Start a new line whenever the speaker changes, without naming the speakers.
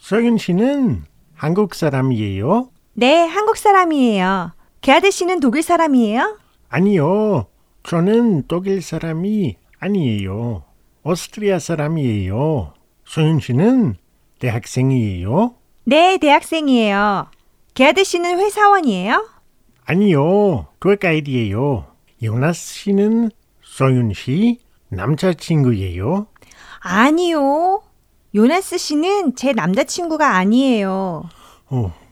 서윤 씨는 한국 사람이에요?
네, 한국 사람이에요. 게하드 씨는 독일 사람이에요?
아니요. 저는 독일 사람이 아니에요. 오스트리아 사람이에요. 서윤 씨는 대학생이에요?
네, 대학생이에요. 게하드 씨는 회사원이에요?
아니요. 돌가이드예요. 요나스 씨는 서윤 씨 남자친구예요?
아니요. 요나스 씨는 제 남자친구가 아니에요.
어,